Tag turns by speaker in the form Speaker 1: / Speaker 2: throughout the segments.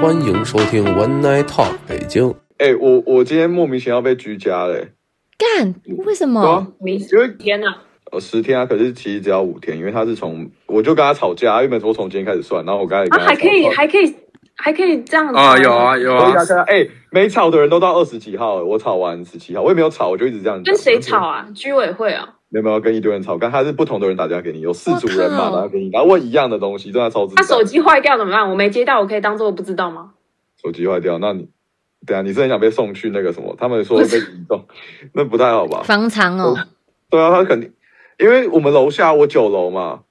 Speaker 1: 欢迎收听 One Night Talk 北京。
Speaker 2: 哎、我我今天莫名其妙被居家嘞、
Speaker 3: 干，为什
Speaker 4: 嗯
Speaker 2: 对啊
Speaker 3: 么？，
Speaker 4: 没
Speaker 2: 因为
Speaker 4: 天呐、
Speaker 2: 呃十天啊，可是其实只要五天，因为他是从我就跟他吵架，因为我从今天开始算，然后我刚才
Speaker 4: 啊，
Speaker 2: 跟他
Speaker 4: 还
Speaker 2: 吵
Speaker 4: 可以，
Speaker 2: 架
Speaker 4: 还可以，还可以这样子
Speaker 5: 啊，有，啊有
Speaker 2: 可以
Speaker 5: 啊
Speaker 2: 啊，，可以啊哎、没吵的人都到二十几号了，我吵完十七号，我也没有吵，我就一直这样讲。
Speaker 4: 跟谁吵？啊？居委会啊？
Speaker 2: 没有没有跟一堆人吵，刚他是不同的人打电话给你，有四组人
Speaker 3: 我
Speaker 2: 嘛
Speaker 3: 靠
Speaker 2: 打电话给你，然后问一样的东西，真的超智
Speaker 4: 他
Speaker 2: 障。
Speaker 4: 手机坏掉怎么办？我没接到，我可以当做我不知道吗？
Speaker 2: 手机坏掉，那你等一下你是很想被送去那个什么？他们说被移动，那不太 好吧？
Speaker 3: 房场哦，
Speaker 2: 对啊，他肯定，因为我们楼下我九楼嘛，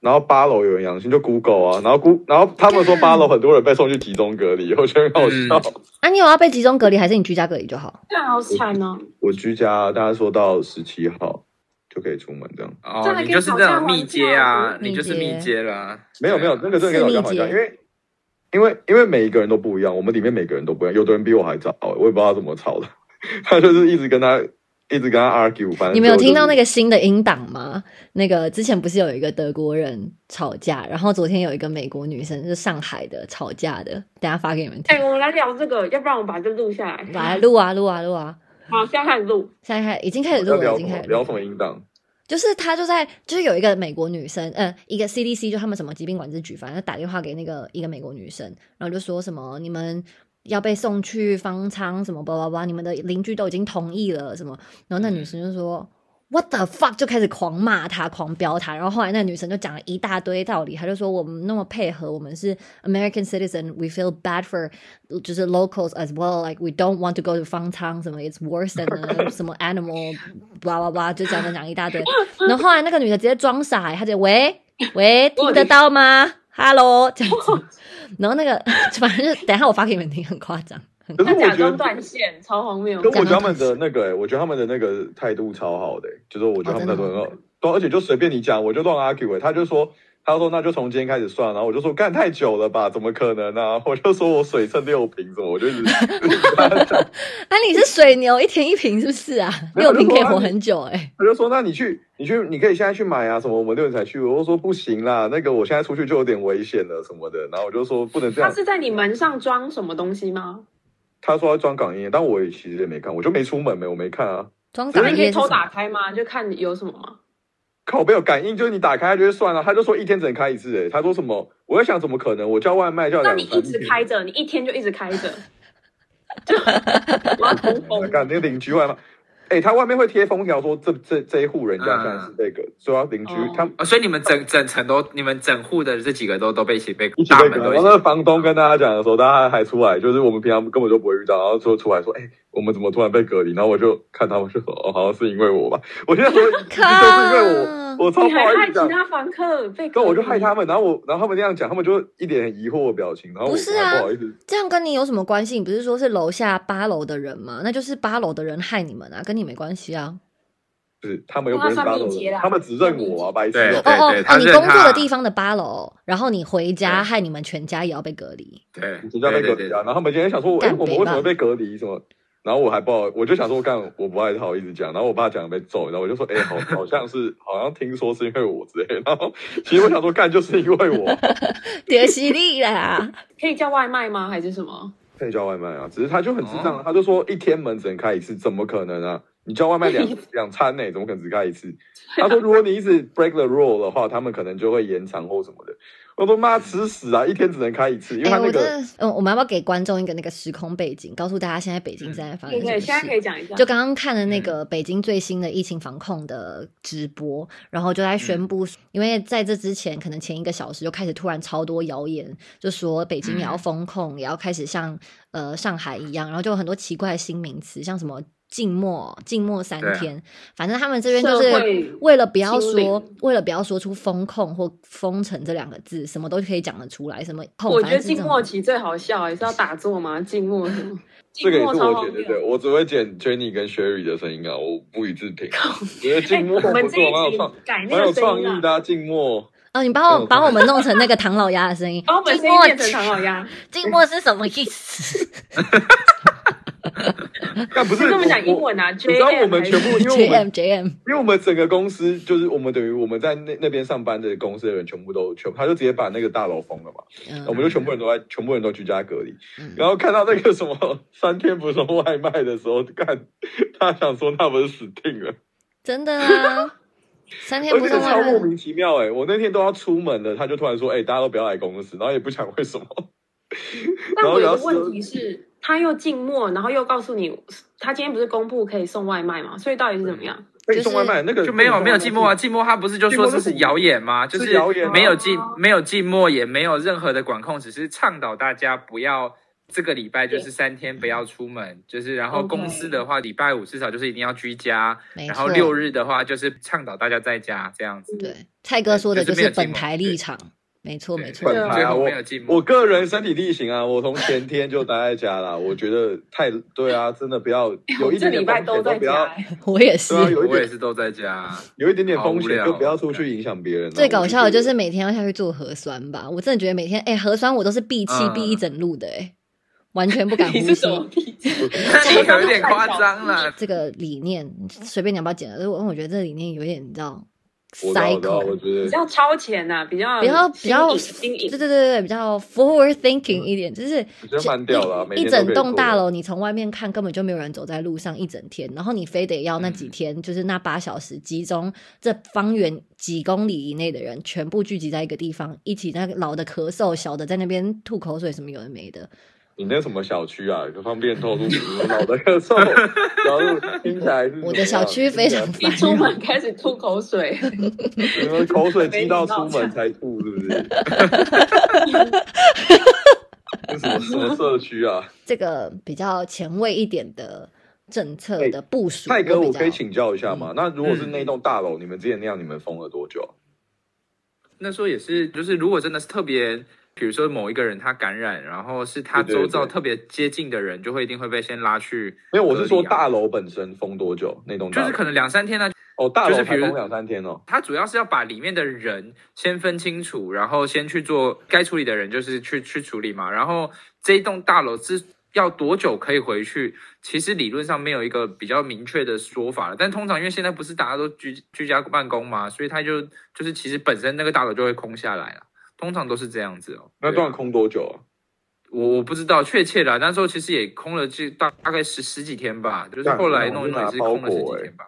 Speaker 2: 然后八楼有人阳性就 Google 啊，然后 Google，然后他们说八楼很多人被送去集中隔离， 我觉得很好笑。
Speaker 3: 啊，你有要被集中隔离，还是你居家隔离就好？
Speaker 4: 这样好惨哦！
Speaker 2: 我居家大家说到十七号就可以出门这样，
Speaker 4: 这
Speaker 5: 哦，
Speaker 4: 还可以
Speaker 5: 你就是那种密接啊
Speaker 4: 吵架，
Speaker 3: 密接
Speaker 5: 你就是密接啦。
Speaker 2: 没有没
Speaker 3: 啊
Speaker 2: 有，那个真的跟老家好像，因为。因为因为每一个人都不一样，我们里面每个人都不一样，有的人比我还早、我也不知道他怎么吵的， 他就是一直跟他一直跟他 argue，反正
Speaker 3: 你们有听到那
Speaker 2: 个
Speaker 3: 个新的音档吗？那个之前不是有一个德国人吵架，然后昨天有一个美国女生，是上海的吵架的，等一下发给你们
Speaker 4: 哎、
Speaker 3: 听。
Speaker 4: 我们来聊这个，要不然我把这录下来。
Speaker 3: 来，录啊录啊录啊！
Speaker 4: 好，现在开始录。
Speaker 3: 现在开已经开始录
Speaker 2: 要
Speaker 3: 了，
Speaker 2: 聊
Speaker 3: 已
Speaker 2: 什
Speaker 3: 经
Speaker 2: 么
Speaker 3: 开始录
Speaker 2: 聊
Speaker 3: 了
Speaker 2: 什么音档，
Speaker 3: 就是他就在，就是有一个美国女生，呃，一个 CDC 就他们什么疾病管制局，反正打电话给那个一个美国女生，然后就说什么你们要被送去方舱什么巴拉巴拉，你们的邻居都已经同意了什么，然后那女
Speaker 2: 嗯
Speaker 3: 生就说。What the fuck 就开始狂骂他，狂飙他，然后后来那个女生就讲了一大堆道理，她就说我们那么配合，我们是 American citizen，we feel bad for 就是 locals as well，like we don't want to go to 方舱什么，it's worse than a- 什么 animal，blah blah blah，就讲讲讲一大堆，然后后来那个女的直接装傻、欸，她就喂喂，听得到吗？Hello，这样子。然后那个反正就等一下我发给你们听，很夸张。很
Speaker 2: 可
Speaker 4: 他
Speaker 2: 是我
Speaker 4: 假
Speaker 2: 觉
Speaker 4: 装
Speaker 2: 得
Speaker 4: 断线，超荒谬
Speaker 2: 可。我
Speaker 3: 讲
Speaker 2: 觉
Speaker 3: 到
Speaker 2: 得他们的那个、欸，我觉得他们的那个态度超好的、欸，就是我觉得他们态度
Speaker 4: 哦
Speaker 2: 很好，对，而且就随便你讲，我就乱 argue，、欸、他就说，他说那就从今天开始算，然后我就说干太久了吧，怎么可能呢、啊？ 我就说我水剩六瓶，怎么我就一直
Speaker 3: 啊，你是水牛，一天一瓶是不是啊？
Speaker 2: 没有
Speaker 3: 六瓶可以
Speaker 2: 我就说
Speaker 3: 活
Speaker 2: 啊你
Speaker 3: 很久哎、欸。
Speaker 2: 他就说那你去，你去，你可以现在去买啊，什么我们六点才去，我就说不行啦，那个我现在出去就有点危险了什么的，然后我就说不能这
Speaker 4: 他
Speaker 2: 样，
Speaker 4: 是在你门上装什么东西吗？
Speaker 2: 他说要装港烟，但我也其实也没看，我就没出门没，我没看啊。
Speaker 3: 装
Speaker 4: 那
Speaker 3: 傻
Speaker 4: 你可以
Speaker 3: 也是
Speaker 4: 偷
Speaker 3: 什么
Speaker 4: 打开吗？就看有什么吗？
Speaker 2: 靠背有感应，就是你打开它就会算啊了、他就说一天只能开一次、欸，他说什么？我在想怎么可能？我叫外卖叫
Speaker 4: 那
Speaker 2: 两
Speaker 4: 你
Speaker 2: 餐
Speaker 4: 一直开着，你一天就一直开 着，就我要通风。
Speaker 2: 干那个邻居外卖，哎、他外面会贴封条说这这这一户人家
Speaker 5: 啊
Speaker 2: 现在是这个，所以要邻居、
Speaker 4: 哦
Speaker 2: 他们
Speaker 5: 哦，所以你们整整层都，你们整户的这几个都都被一起被
Speaker 2: 一起
Speaker 5: 大
Speaker 2: 被
Speaker 5: 门
Speaker 2: 赶。然
Speaker 5: 都一
Speaker 2: 后
Speaker 5: 起
Speaker 2: 那个房东跟大家讲的时候，大家还出来，就是我们平常根本就不会遇到，然后说出来说，哎、我们怎么突然被隔离？然后我就看他们就说，哦， 好像是因为我吧。我 现在说，就是因为我，我超不
Speaker 4: 你还
Speaker 2: 好意
Speaker 4: 害
Speaker 2: 思
Speaker 4: 其
Speaker 2: 讲。
Speaker 4: 他房客被隔
Speaker 2: 那
Speaker 4: 离？
Speaker 2: 我就害他们，然后我，然后他们这样讲，他们就一脸很疑惑的表情，然后我
Speaker 3: 不是啊
Speaker 2: 还不好意思，
Speaker 3: 这样跟你有什么关系？你不是说是楼下八楼的人吗？那就是八楼的人害你们啊，跟你没关系啊。
Speaker 2: 就是他们又不
Speaker 4: 那
Speaker 2: 是
Speaker 4: 算
Speaker 2: 八
Speaker 4: 密
Speaker 2: 楼
Speaker 4: 接
Speaker 2: 人
Speaker 4: 啦，
Speaker 2: 他们只认我啊，白痴哦、
Speaker 3: 哦
Speaker 5: 对
Speaker 3: 哦
Speaker 5: 对
Speaker 3: 哦，
Speaker 5: 他
Speaker 3: 你
Speaker 5: 是
Speaker 3: 工作
Speaker 5: 他
Speaker 3: 的地方的八楼，然后你回家
Speaker 5: 对
Speaker 3: 害你们全家也要被隔离。
Speaker 5: 对，
Speaker 2: 人家被隔
Speaker 5: 对
Speaker 2: 离
Speaker 5: 对
Speaker 2: 啊。
Speaker 5: 对
Speaker 2: 然后他们今天想说，哎、
Speaker 3: 干
Speaker 2: 我们
Speaker 3: 北
Speaker 2: 为什么
Speaker 3: 吧
Speaker 2: 被隔离什么？然后我还不好，我就想说，干，我不太好意思讲。然后我爸讲被揍，然后我就说，哎、好，好像是，好像听说是因为我之类的。然后其实我想说，干就是因为 我
Speaker 3: 得犀利啦！
Speaker 4: 可以叫外卖
Speaker 3: 嗯
Speaker 4: 吗？还是什么？
Speaker 2: 可以叫外卖啊，只是他就很智
Speaker 5: 哦
Speaker 2: 障，他就说一天门只能开一次，怎么可能啊？你叫外卖 两两餐呢、怎么可能只开一次？他说，如果你一直 break the rule 的话，他们可能就会延长或什么的。我说妈，吃屎啊！一天只能开一次，因为
Speaker 3: 哎、
Speaker 2: 他那
Speaker 3: 我真
Speaker 2: 个
Speaker 3: 的，嗯，我们要不要给观众一个那个时空背景，告诉大家现在北京正在发生
Speaker 4: 对
Speaker 3: 什么
Speaker 4: 嗯对，
Speaker 3: 事？
Speaker 4: 现在可以讲一下。
Speaker 3: 就刚刚看的那
Speaker 4: 嗯
Speaker 3: 个北京最新的疫情防控的直播，然后就在宣
Speaker 4: 嗯
Speaker 3: 布，因为在这之前，可能前一个小时就开始突然超多谣言，就说北京也要封
Speaker 4: 嗯
Speaker 3: 控，也要开始像呃上海一样，然后就有很多奇怪的新名词，像什么静默、静默三
Speaker 5: 对啊
Speaker 3: 天，反正他们这边就
Speaker 4: 社
Speaker 3: 是
Speaker 4: 会
Speaker 3: 为了不要
Speaker 4: 清
Speaker 3: 说
Speaker 4: 零，
Speaker 3: 为了不要说出封控或封城这两个字，什么都可以讲得出来，什么控，
Speaker 4: 我觉
Speaker 3: 反
Speaker 4: 得
Speaker 3: 正是这
Speaker 4: 静
Speaker 3: 种
Speaker 4: 默期最好笑，也是要打坐吗？静默什么？
Speaker 2: 这
Speaker 4: 静
Speaker 2: 个也
Speaker 4: 默
Speaker 2: 是
Speaker 4: 超
Speaker 2: 我觉
Speaker 4: 荒
Speaker 2: 得
Speaker 4: 谬。
Speaker 2: 对，我只会剪 Jenny 跟 Sherry 的声音啊，我不予置评。觉得
Speaker 4: 哎，
Speaker 2: 静默
Speaker 4: 我
Speaker 2: 不
Speaker 4: 们这
Speaker 2: 错，蛮
Speaker 4: 一
Speaker 2: 有
Speaker 4: 集
Speaker 2: 创，
Speaker 4: 改那
Speaker 2: 蛮有
Speaker 4: 个
Speaker 2: 创
Speaker 4: 声音
Speaker 2: 意
Speaker 4: 啊，
Speaker 2: 的啊，静默。
Speaker 3: 哦，你 把我
Speaker 2: 嗯
Speaker 3: 把我们弄成那个唐老鸭的声音，
Speaker 4: 哦把我们
Speaker 3: 静
Speaker 4: 声音
Speaker 3: 默
Speaker 4: 变成唐老鸭。
Speaker 3: 静默是什么意思？
Speaker 2: 但不是
Speaker 4: 跟我们讲英文啊
Speaker 2: 你知道我们全部，因为我
Speaker 3: J
Speaker 2: 们
Speaker 3: M J M，
Speaker 2: 因为我们整个公司就是我们等于我们在那那边上班的公司的人全部都全，他就直接把那个大楼封了嘛，
Speaker 3: 嗯，
Speaker 2: 我们就全部人都在全部人都居家隔离。
Speaker 3: 嗯
Speaker 2: 然后看到那个什么三天不送外卖的时候，看他想说那不是死定了，
Speaker 3: 真的啊，三天
Speaker 2: 而
Speaker 3: 不
Speaker 2: 且
Speaker 3: 送外
Speaker 2: 超
Speaker 3: 卖
Speaker 2: 莫，名其妙哎、我那天都要出门了，他就突然说哎、大家都不要来公司，然后也不想为什么。
Speaker 4: 但我
Speaker 2: 然
Speaker 4: 有
Speaker 2: 后
Speaker 4: 个问题是，他又静默，然后又告诉你，他今天不是公布可以送外卖嘛？所以到底是怎么样？
Speaker 2: 可以送外卖那个
Speaker 5: 就没有没有寂寞啊，，寂寞他不是就说这是谣言吗？就是
Speaker 2: 谣言啊
Speaker 5: 没有寂没有寂寞，也没有任何的管控，只是倡导大家不要这个礼拜就是三天不要出门，就是然后
Speaker 4: OK
Speaker 5: 公司的话礼拜五至少就是一定要居家，
Speaker 3: 没
Speaker 5: 然后
Speaker 3: 错，
Speaker 5: 六日的话就是倡导大家在家这样子。
Speaker 3: 对，蔡哥说的就
Speaker 5: 就是没
Speaker 3: 是
Speaker 5: 有
Speaker 3: 本
Speaker 5: 寂寞
Speaker 3: 台立场，没错没错
Speaker 2: 本，台
Speaker 5: 最
Speaker 2: 啊
Speaker 5: 后
Speaker 2: 我
Speaker 5: 没有寂
Speaker 2: 我
Speaker 5: 寞，
Speaker 2: 个人身体力行啊，我从前天就待在家啦， 我觉得太对啊，真的不要 有一
Speaker 4: 这
Speaker 2: 点点
Speaker 4: 礼拜都
Speaker 2: 风险
Speaker 4: 在
Speaker 2: 不要
Speaker 4: 家、欸，
Speaker 3: 我也是
Speaker 2: 对。啊，有一
Speaker 5: 我也
Speaker 2: 点
Speaker 5: 是都在家。
Speaker 2: 有一点点风
Speaker 5: 好无
Speaker 2: 险
Speaker 5: 聊啊
Speaker 2: 就不要出去影响别人啊、
Speaker 3: 最搞笑的就是
Speaker 2: 我觉
Speaker 3: 每天要下去做核酸吧，我真的觉得每天哎、核酸我都是闭气
Speaker 5: 嗯
Speaker 3: 闭一整路的哎、完全不敢呼
Speaker 4: 你是
Speaker 3: 吸
Speaker 4: 什。么屁？
Speaker 5: 那你有一点夸张了，
Speaker 3: 这个理念随便你要不要剪了，但我我觉得这个理念有点你知道
Speaker 2: 得我知道，我
Speaker 3: ，cycle，
Speaker 2: 知道我
Speaker 4: 比
Speaker 2: 觉得
Speaker 4: 较超前呐、比较
Speaker 3: 比较比较
Speaker 4: 新
Speaker 3: 对
Speaker 4: 颖
Speaker 3: 对，对对，比较 forward thinking
Speaker 2: 嗯
Speaker 3: 一点，就是
Speaker 2: 我觉得蛮屌了，每
Speaker 3: 一
Speaker 2: 天都可以
Speaker 3: 整栋大
Speaker 2: 做
Speaker 3: 楼，你从外面看根本就没有人走在路上一整天，然后你非得要那
Speaker 2: 嗯
Speaker 3: 几天，就是那八小时集中这方圆几公里以内的人全部聚集在一个地方，一起那个老的咳嗽，小的在那边吐口水，什么有的没的，
Speaker 2: 你那什么小区啊，就方便透露你们老的咳嗽，然后听起来是
Speaker 3: 我的小区非常
Speaker 4: 一
Speaker 3: 繁
Speaker 4: 出
Speaker 3: 荣
Speaker 4: 门。开始吐口水，
Speaker 2: 什么口水滴到出门才吐，是不 是？ 这什么什么社区啊？
Speaker 3: 这个比较前卫一点的政策的部署，
Speaker 2: 蔡哎哥，
Speaker 3: 比
Speaker 2: 我
Speaker 3: 较
Speaker 2: 可以请教一
Speaker 5: 嗯
Speaker 2: 下吗？那如果是那栋大楼，你们之前那样，你们封了多久？
Speaker 5: 那时候也是，就是如果真的是特别，比如说某一个人他感染，然后是他
Speaker 2: 对对对
Speaker 5: 周遭特别接近的人，就会一定会被先拉去，
Speaker 2: 没有，我是说
Speaker 5: 隔离啊
Speaker 2: 大楼本身封多久？那栋大
Speaker 5: 就
Speaker 2: 楼
Speaker 5: 是可能两三天啊呢、
Speaker 2: 哦，大楼
Speaker 5: 就是
Speaker 2: 才
Speaker 5: 比如
Speaker 2: 封两三天哦。
Speaker 5: 他主要是要把里面的人先分清楚，然后先去做该处理的人，就是去去处理嘛。然后这一栋大楼之要多久可以回去，其实理论上没有一个比较明确的说法了。但通常因为现在不是大家都居居家办公嘛，所以他就就是其实本身那个大楼就会空下来了，通常都是这样子哦。
Speaker 2: 那
Speaker 5: 对啊
Speaker 2: 段空多久啊？
Speaker 5: 我我不知道确切啦，那时候其实也空了这大大概十十几天吧，就是后来弄一弄也是空了十几天吧。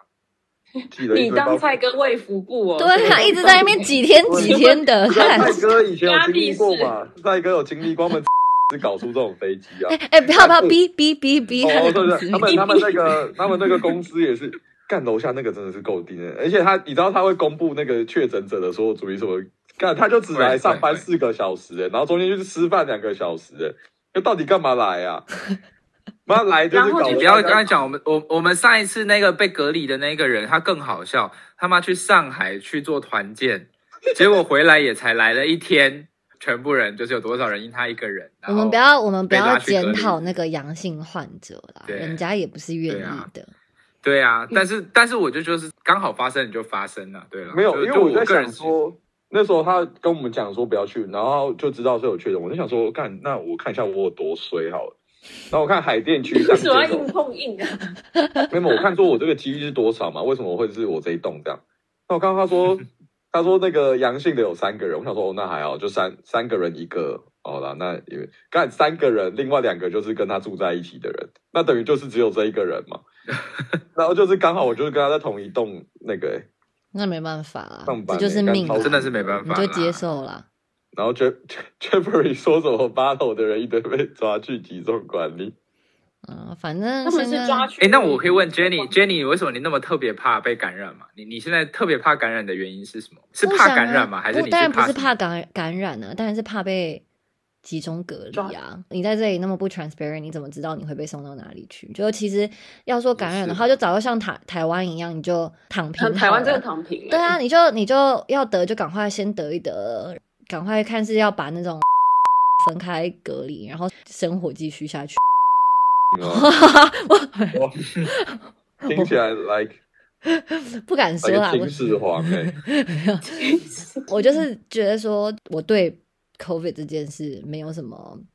Speaker 2: 记得一堆
Speaker 4: 你
Speaker 2: 包
Speaker 4: 当蔡哥卫福部哦，
Speaker 3: 对啊，一直在那 边几天几天的，看，
Speaker 2: 蔡啊哥以前有经历过嘛？蔡哥有经历过，他们 是搞出这种飞机啊
Speaker 3: 哎。哎，不要不要，哔哔哔哔，
Speaker 2: 哦，对对，
Speaker 3: 他
Speaker 2: 他
Speaker 3: 的名
Speaker 2: 们
Speaker 3: 字
Speaker 2: 他们那个他们那个公司也是干楼下那个真的是够低的，而且他你知道他会公布那个确诊者的所有主意什么，干他就只来上班
Speaker 5: 对对
Speaker 2: 四个小时，欸然后中间就是吃饭两个小时，那到底干嘛来啊？妈来就是搞
Speaker 4: 然后
Speaker 2: 得
Speaker 4: 就
Speaker 5: 不要
Speaker 2: 大
Speaker 5: 刚
Speaker 2: 家
Speaker 5: 才讲我们我我们上一次那个被隔离的那个人，他更好笑，他妈去上海去做团建，结果回来也才来了一天，全部人就是有多少人因他一个人。
Speaker 3: 我
Speaker 5: 然后
Speaker 3: 们不要，我们不
Speaker 5: 被拉
Speaker 3: 要
Speaker 5: 去隔
Speaker 3: 检
Speaker 5: 离
Speaker 3: 讨那个阳性患者啦，
Speaker 5: 对
Speaker 3: 人家也不是愿
Speaker 5: 对
Speaker 3: 意
Speaker 5: 啊
Speaker 3: 的。
Speaker 5: 对啊，但是但是我就就是刚好发生你就发生了，对了，
Speaker 2: 没有，
Speaker 5: 就
Speaker 2: 因为
Speaker 5: 就
Speaker 2: 我在
Speaker 5: 个人
Speaker 2: 想
Speaker 5: 是
Speaker 2: 说，那时候他跟我们讲说不要去，然后就知道是有确诊，我就想说，干，那我看一下我有多衰好了。然后我看海淀区
Speaker 4: 为
Speaker 2: 当街
Speaker 4: 什么要
Speaker 2: 有
Speaker 4: 硬，碰硬啊？
Speaker 3: 嗯
Speaker 2: 那么我看说我这个几率是多少嘛？为什么会是我这一栋这样？那我看到他说，他说那个阳性的有三个人，我想说哦，那还好，就三三个人一个，哦好啦，那因为干三个人，另外两个就是跟他住在一起的人，那等于就是只有这一个人嘛。然后就是刚好我就是跟他在同一栋那个、欸
Speaker 3: 那没办法啦
Speaker 2: 上，
Speaker 3: 这
Speaker 2: 班
Speaker 3: 就是命啦
Speaker 2: 干超，
Speaker 5: 真的是没办
Speaker 3: 你
Speaker 5: 法啦，
Speaker 3: 就接受啦。
Speaker 2: 然后 Jeff Jeffrey 说什么八楼的人一堆被抓去集中管 理，
Speaker 3: 嗯，反正
Speaker 4: 他
Speaker 3: 现
Speaker 4: 们是
Speaker 3: 在
Speaker 4: 抓去。
Speaker 5: 哎，那我可以问 Jenny，Jenny 为什么你那么特别怕被感染吗？你你现在特别怕感染的原因是什么？是
Speaker 3: 不
Speaker 5: 怕
Speaker 3: 想
Speaker 5: 感
Speaker 3: 啊
Speaker 5: 染吗？还是
Speaker 3: 不
Speaker 5: 你是
Speaker 3: 当然不
Speaker 5: 怕
Speaker 3: 是
Speaker 5: 什么
Speaker 3: 怕感感染啊，当然是怕被集中隔离啊。你在这里那么不 transparent，你怎么知道你会被送到哪里去？就其实要说感染的
Speaker 5: 也是
Speaker 3: 话，就早就像台台湾一样，你就躺平好
Speaker 4: 嗯
Speaker 3: 了。
Speaker 4: 台湾真的躺平了，
Speaker 3: 对啊，你就你就要得就赶快先得一得，赶快看是要把那种分开隔离，然后生活继续下去。
Speaker 2: 听起来 like
Speaker 3: 不敢
Speaker 4: 哦
Speaker 3: 说
Speaker 2: like
Speaker 3: 啦，
Speaker 2: a 秦
Speaker 3: 我
Speaker 2: 始皇哎、
Speaker 3: 我就是觉得说我对 COVID 这件事没有什么
Speaker 4: 嗯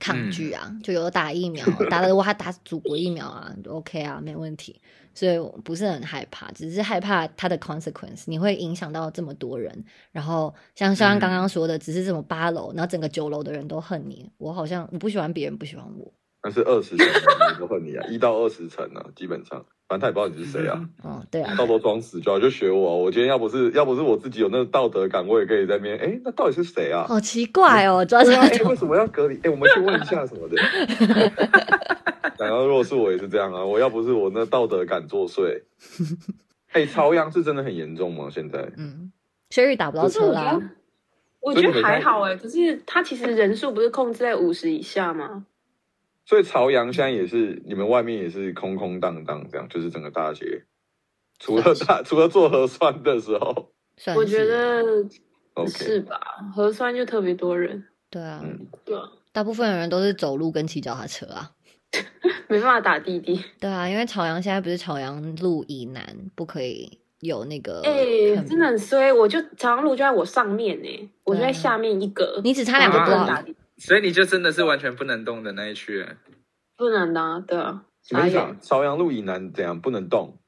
Speaker 3: 抗拒啊，就有的打疫苗，打了我还打祖国疫苗啊，OK 啊，没问题。所以我不是很害怕，只是害怕它的 consequence，你会影响到这么多人。然后像像
Speaker 4: 嗯
Speaker 3: 刚刚说的，只是这么八楼，然后整个九楼的人都恨你。我好像我不喜欢别人不喜欢我。
Speaker 2: 那是二十层啊，我恨你啊，一到二十层啊，基本上，反正他也不知道你是谁啊，
Speaker 3: 嗯，对啊，
Speaker 4: 哦
Speaker 2: 到时候装死就好，就学我啊。我今天要不是要不是我自己有那个道德感，我也可以在那边，哎、那到底是谁啊？
Speaker 3: 好奇怪哦，抓
Speaker 2: 对啊，
Speaker 3: 抓
Speaker 2: 哎、为什么要隔离？哎、我们去问一下什么的。然后，如果是我也是这样啊，我要不是我那道德感作祟，哎、朝阳是真的很严重吗？现在
Speaker 3: 嗯，薛玉打不到
Speaker 4: 可是
Speaker 3: 车
Speaker 4: 我觉
Speaker 3: 啦
Speaker 4: 得。，啊我
Speaker 2: 所以
Speaker 4: 觉
Speaker 2: 你
Speaker 4: 得
Speaker 2: 们看
Speaker 4: 还好哎、可是它其实人数不是控制在五十以下吗？
Speaker 2: 所以朝阳现在也是，你们外面也是空空荡荡，这样就是整个大街，除了大除了做核酸的时候
Speaker 3: 算
Speaker 4: 我
Speaker 3: 是
Speaker 4: 觉得
Speaker 2: ，OK，
Speaker 4: 是吧？核酸就特别 多人，
Speaker 3: 对啊，
Speaker 2: 嗯
Speaker 4: 对啊，
Speaker 3: 大部分人都是走路跟骑脚踏车啊。
Speaker 4: 没办法打滴滴。
Speaker 3: 对啊，因为朝阳现在不是朝阳路以南不可以有那个，
Speaker 4: 哎、真的，很衰，我就长路就在我上面呢、我就在下面一格，
Speaker 3: 啊你只差两个
Speaker 4: 然后不能
Speaker 3: block，、
Speaker 4: 打滴滴，
Speaker 5: 所以你就真的是完全不能动的那一区欸，
Speaker 4: 不能的、啊，对啊，
Speaker 2: 你们
Speaker 4: 傻眼
Speaker 2: 想朝阳路以南怎样不能动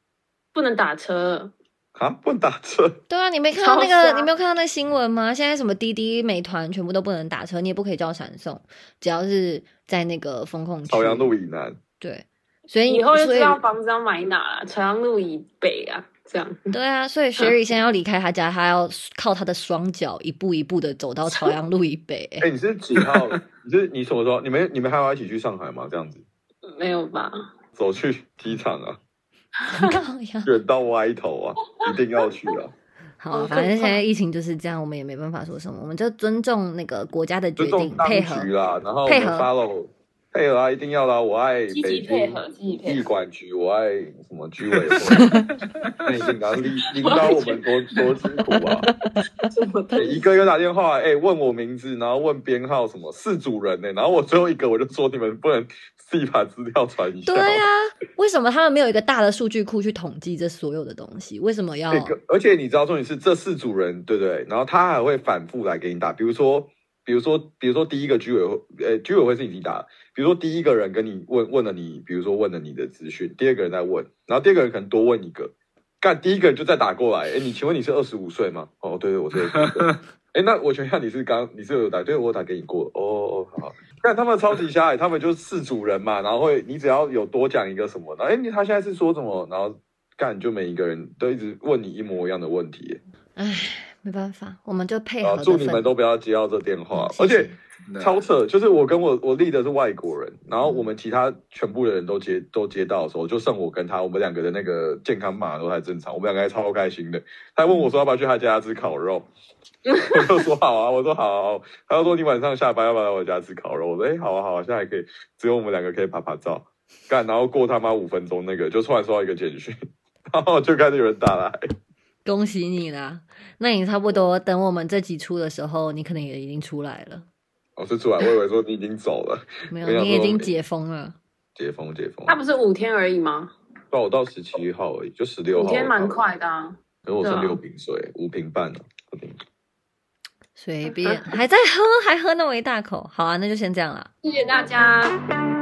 Speaker 4: 不能打车，
Speaker 2: 啊？不能打车，
Speaker 3: 对啊，你没看到那
Speaker 4: 超
Speaker 3: 个，
Speaker 4: 瞎
Speaker 3: 你没有看到那个新闻吗？现在什么滴滴、美团全部都不能打车，你也不可以叫闪送，只要是在那个风控区。
Speaker 2: 朝阳路以南，
Speaker 3: 对，所以
Speaker 4: 以后就
Speaker 3: 所
Speaker 4: 知
Speaker 3: 以
Speaker 4: 道房子要买哪了，朝阳路以北啊，这样。
Speaker 3: 对啊，
Speaker 4: 嗯
Speaker 3: 所以雪雨现在要离开他家，他要靠他的双脚一步一步的走到朝阳路以北、
Speaker 2: 哎、你是几号？ 你是你什么时候？你们你们还要一起去上海吗？这样子
Speaker 4: 没有吧？
Speaker 2: 走去机场啊，
Speaker 3: 靠呀！
Speaker 2: 远到歪头啊，一定要去 啊！
Speaker 3: 好
Speaker 4: 好
Speaker 3: 啊，
Speaker 4: 可
Speaker 3: 反正现
Speaker 4: 怕
Speaker 3: 在疫情就是这样，我们也没办法说什么，我们就尊重那个国家的决
Speaker 2: 尊重
Speaker 3: 定，
Speaker 2: 当
Speaker 3: 配合
Speaker 2: 局。啦，然后我
Speaker 3: 配
Speaker 2: 们
Speaker 3: 合
Speaker 2: follow 配合啊，一定要啦！我爱
Speaker 4: 积
Speaker 2: 北
Speaker 4: 极
Speaker 2: 京
Speaker 4: 配合，积极配
Speaker 2: 地
Speaker 4: 合。
Speaker 2: 管局，我爱什么居委 会，那一定啊，领领导我们多多辛苦啊！
Speaker 4: 什么东
Speaker 2: 哎
Speaker 4: 西
Speaker 2: 一个一个打电话，哎、问我名字，然后问编号什么，四组人哎呢、然后我最后一个我就说你们不能自己把资料传一下。
Speaker 3: 对啊，为什么他们没有一个大的数据库去统计这所有的东西？为什么要
Speaker 2: 对，可而且你知道重点是这四组人，对不对？然后他还会反复来给你打，比如说，比如说，比如说第一个居委会，呃，居委会是你自己打的，比如说第一个人跟你问问了你，比如说问了你的资讯，第二个人在问，然后第二个人可能多问一个，干第一个人就再打过来，哎，你请问你是二十五岁吗？哦，对对，我是二十五岁。哎，那我全下你是刚你是有打，对我有打给你过了，哦哦，好好。但他们超级瞎、欸，他们就是四组人嘛，然后会你只要有多讲一个什么，然后哎、你他现在是说什么，然后干就每一个人都一直问你一模一样的问题、
Speaker 3: 唉，没办法，我们就配
Speaker 2: 欸，
Speaker 3: 合
Speaker 2: 啊，
Speaker 3: 的
Speaker 2: 祝你
Speaker 3: 份
Speaker 2: 们都不要接到这电话，
Speaker 3: 嗯谢谢
Speaker 2: 而
Speaker 5: 真的
Speaker 2: 且超扯，就是我跟我我立的是外国人，然后我们其他全部的人都接都接到的时候，就剩我跟他，我们两个的那个健康码都还正常，我们两个还超开心的，他还问我说要不要去他家吃烤肉。 我就说好啊，我说好啊、他就说你晚上下班要不要来我家吃烤肉？我说哎、好啊好啊，现在还可以，只有我们两个可以拍拍照。干，然后过他妈五分钟，那个就突然收到一个简讯， 然后就开始有人打来，
Speaker 3: 恭喜你啦！那你差不多等我们这集出的时候，你可能也已经出来了，
Speaker 2: 我是出来，我以为说你已经走了，
Speaker 3: 没
Speaker 2: 没
Speaker 3: 有？
Speaker 2: 有
Speaker 3: 你已
Speaker 2: 我
Speaker 3: 经
Speaker 2: 没
Speaker 3: 解封了。
Speaker 2: 解封解封。
Speaker 4: 它不是五天而已吗？
Speaker 2: 到我到十七号而已，就十六
Speaker 4: 五
Speaker 2: 号。
Speaker 4: 天蛮快，的啊。
Speaker 2: 可是我
Speaker 4: 对
Speaker 2: 剩
Speaker 4: 啊
Speaker 2: 六瓶水，五瓶半呢、五瓶
Speaker 3: 随便，还在喝，还喝那么一大口。好啊，那就先这样啦。
Speaker 4: 谢谢大家。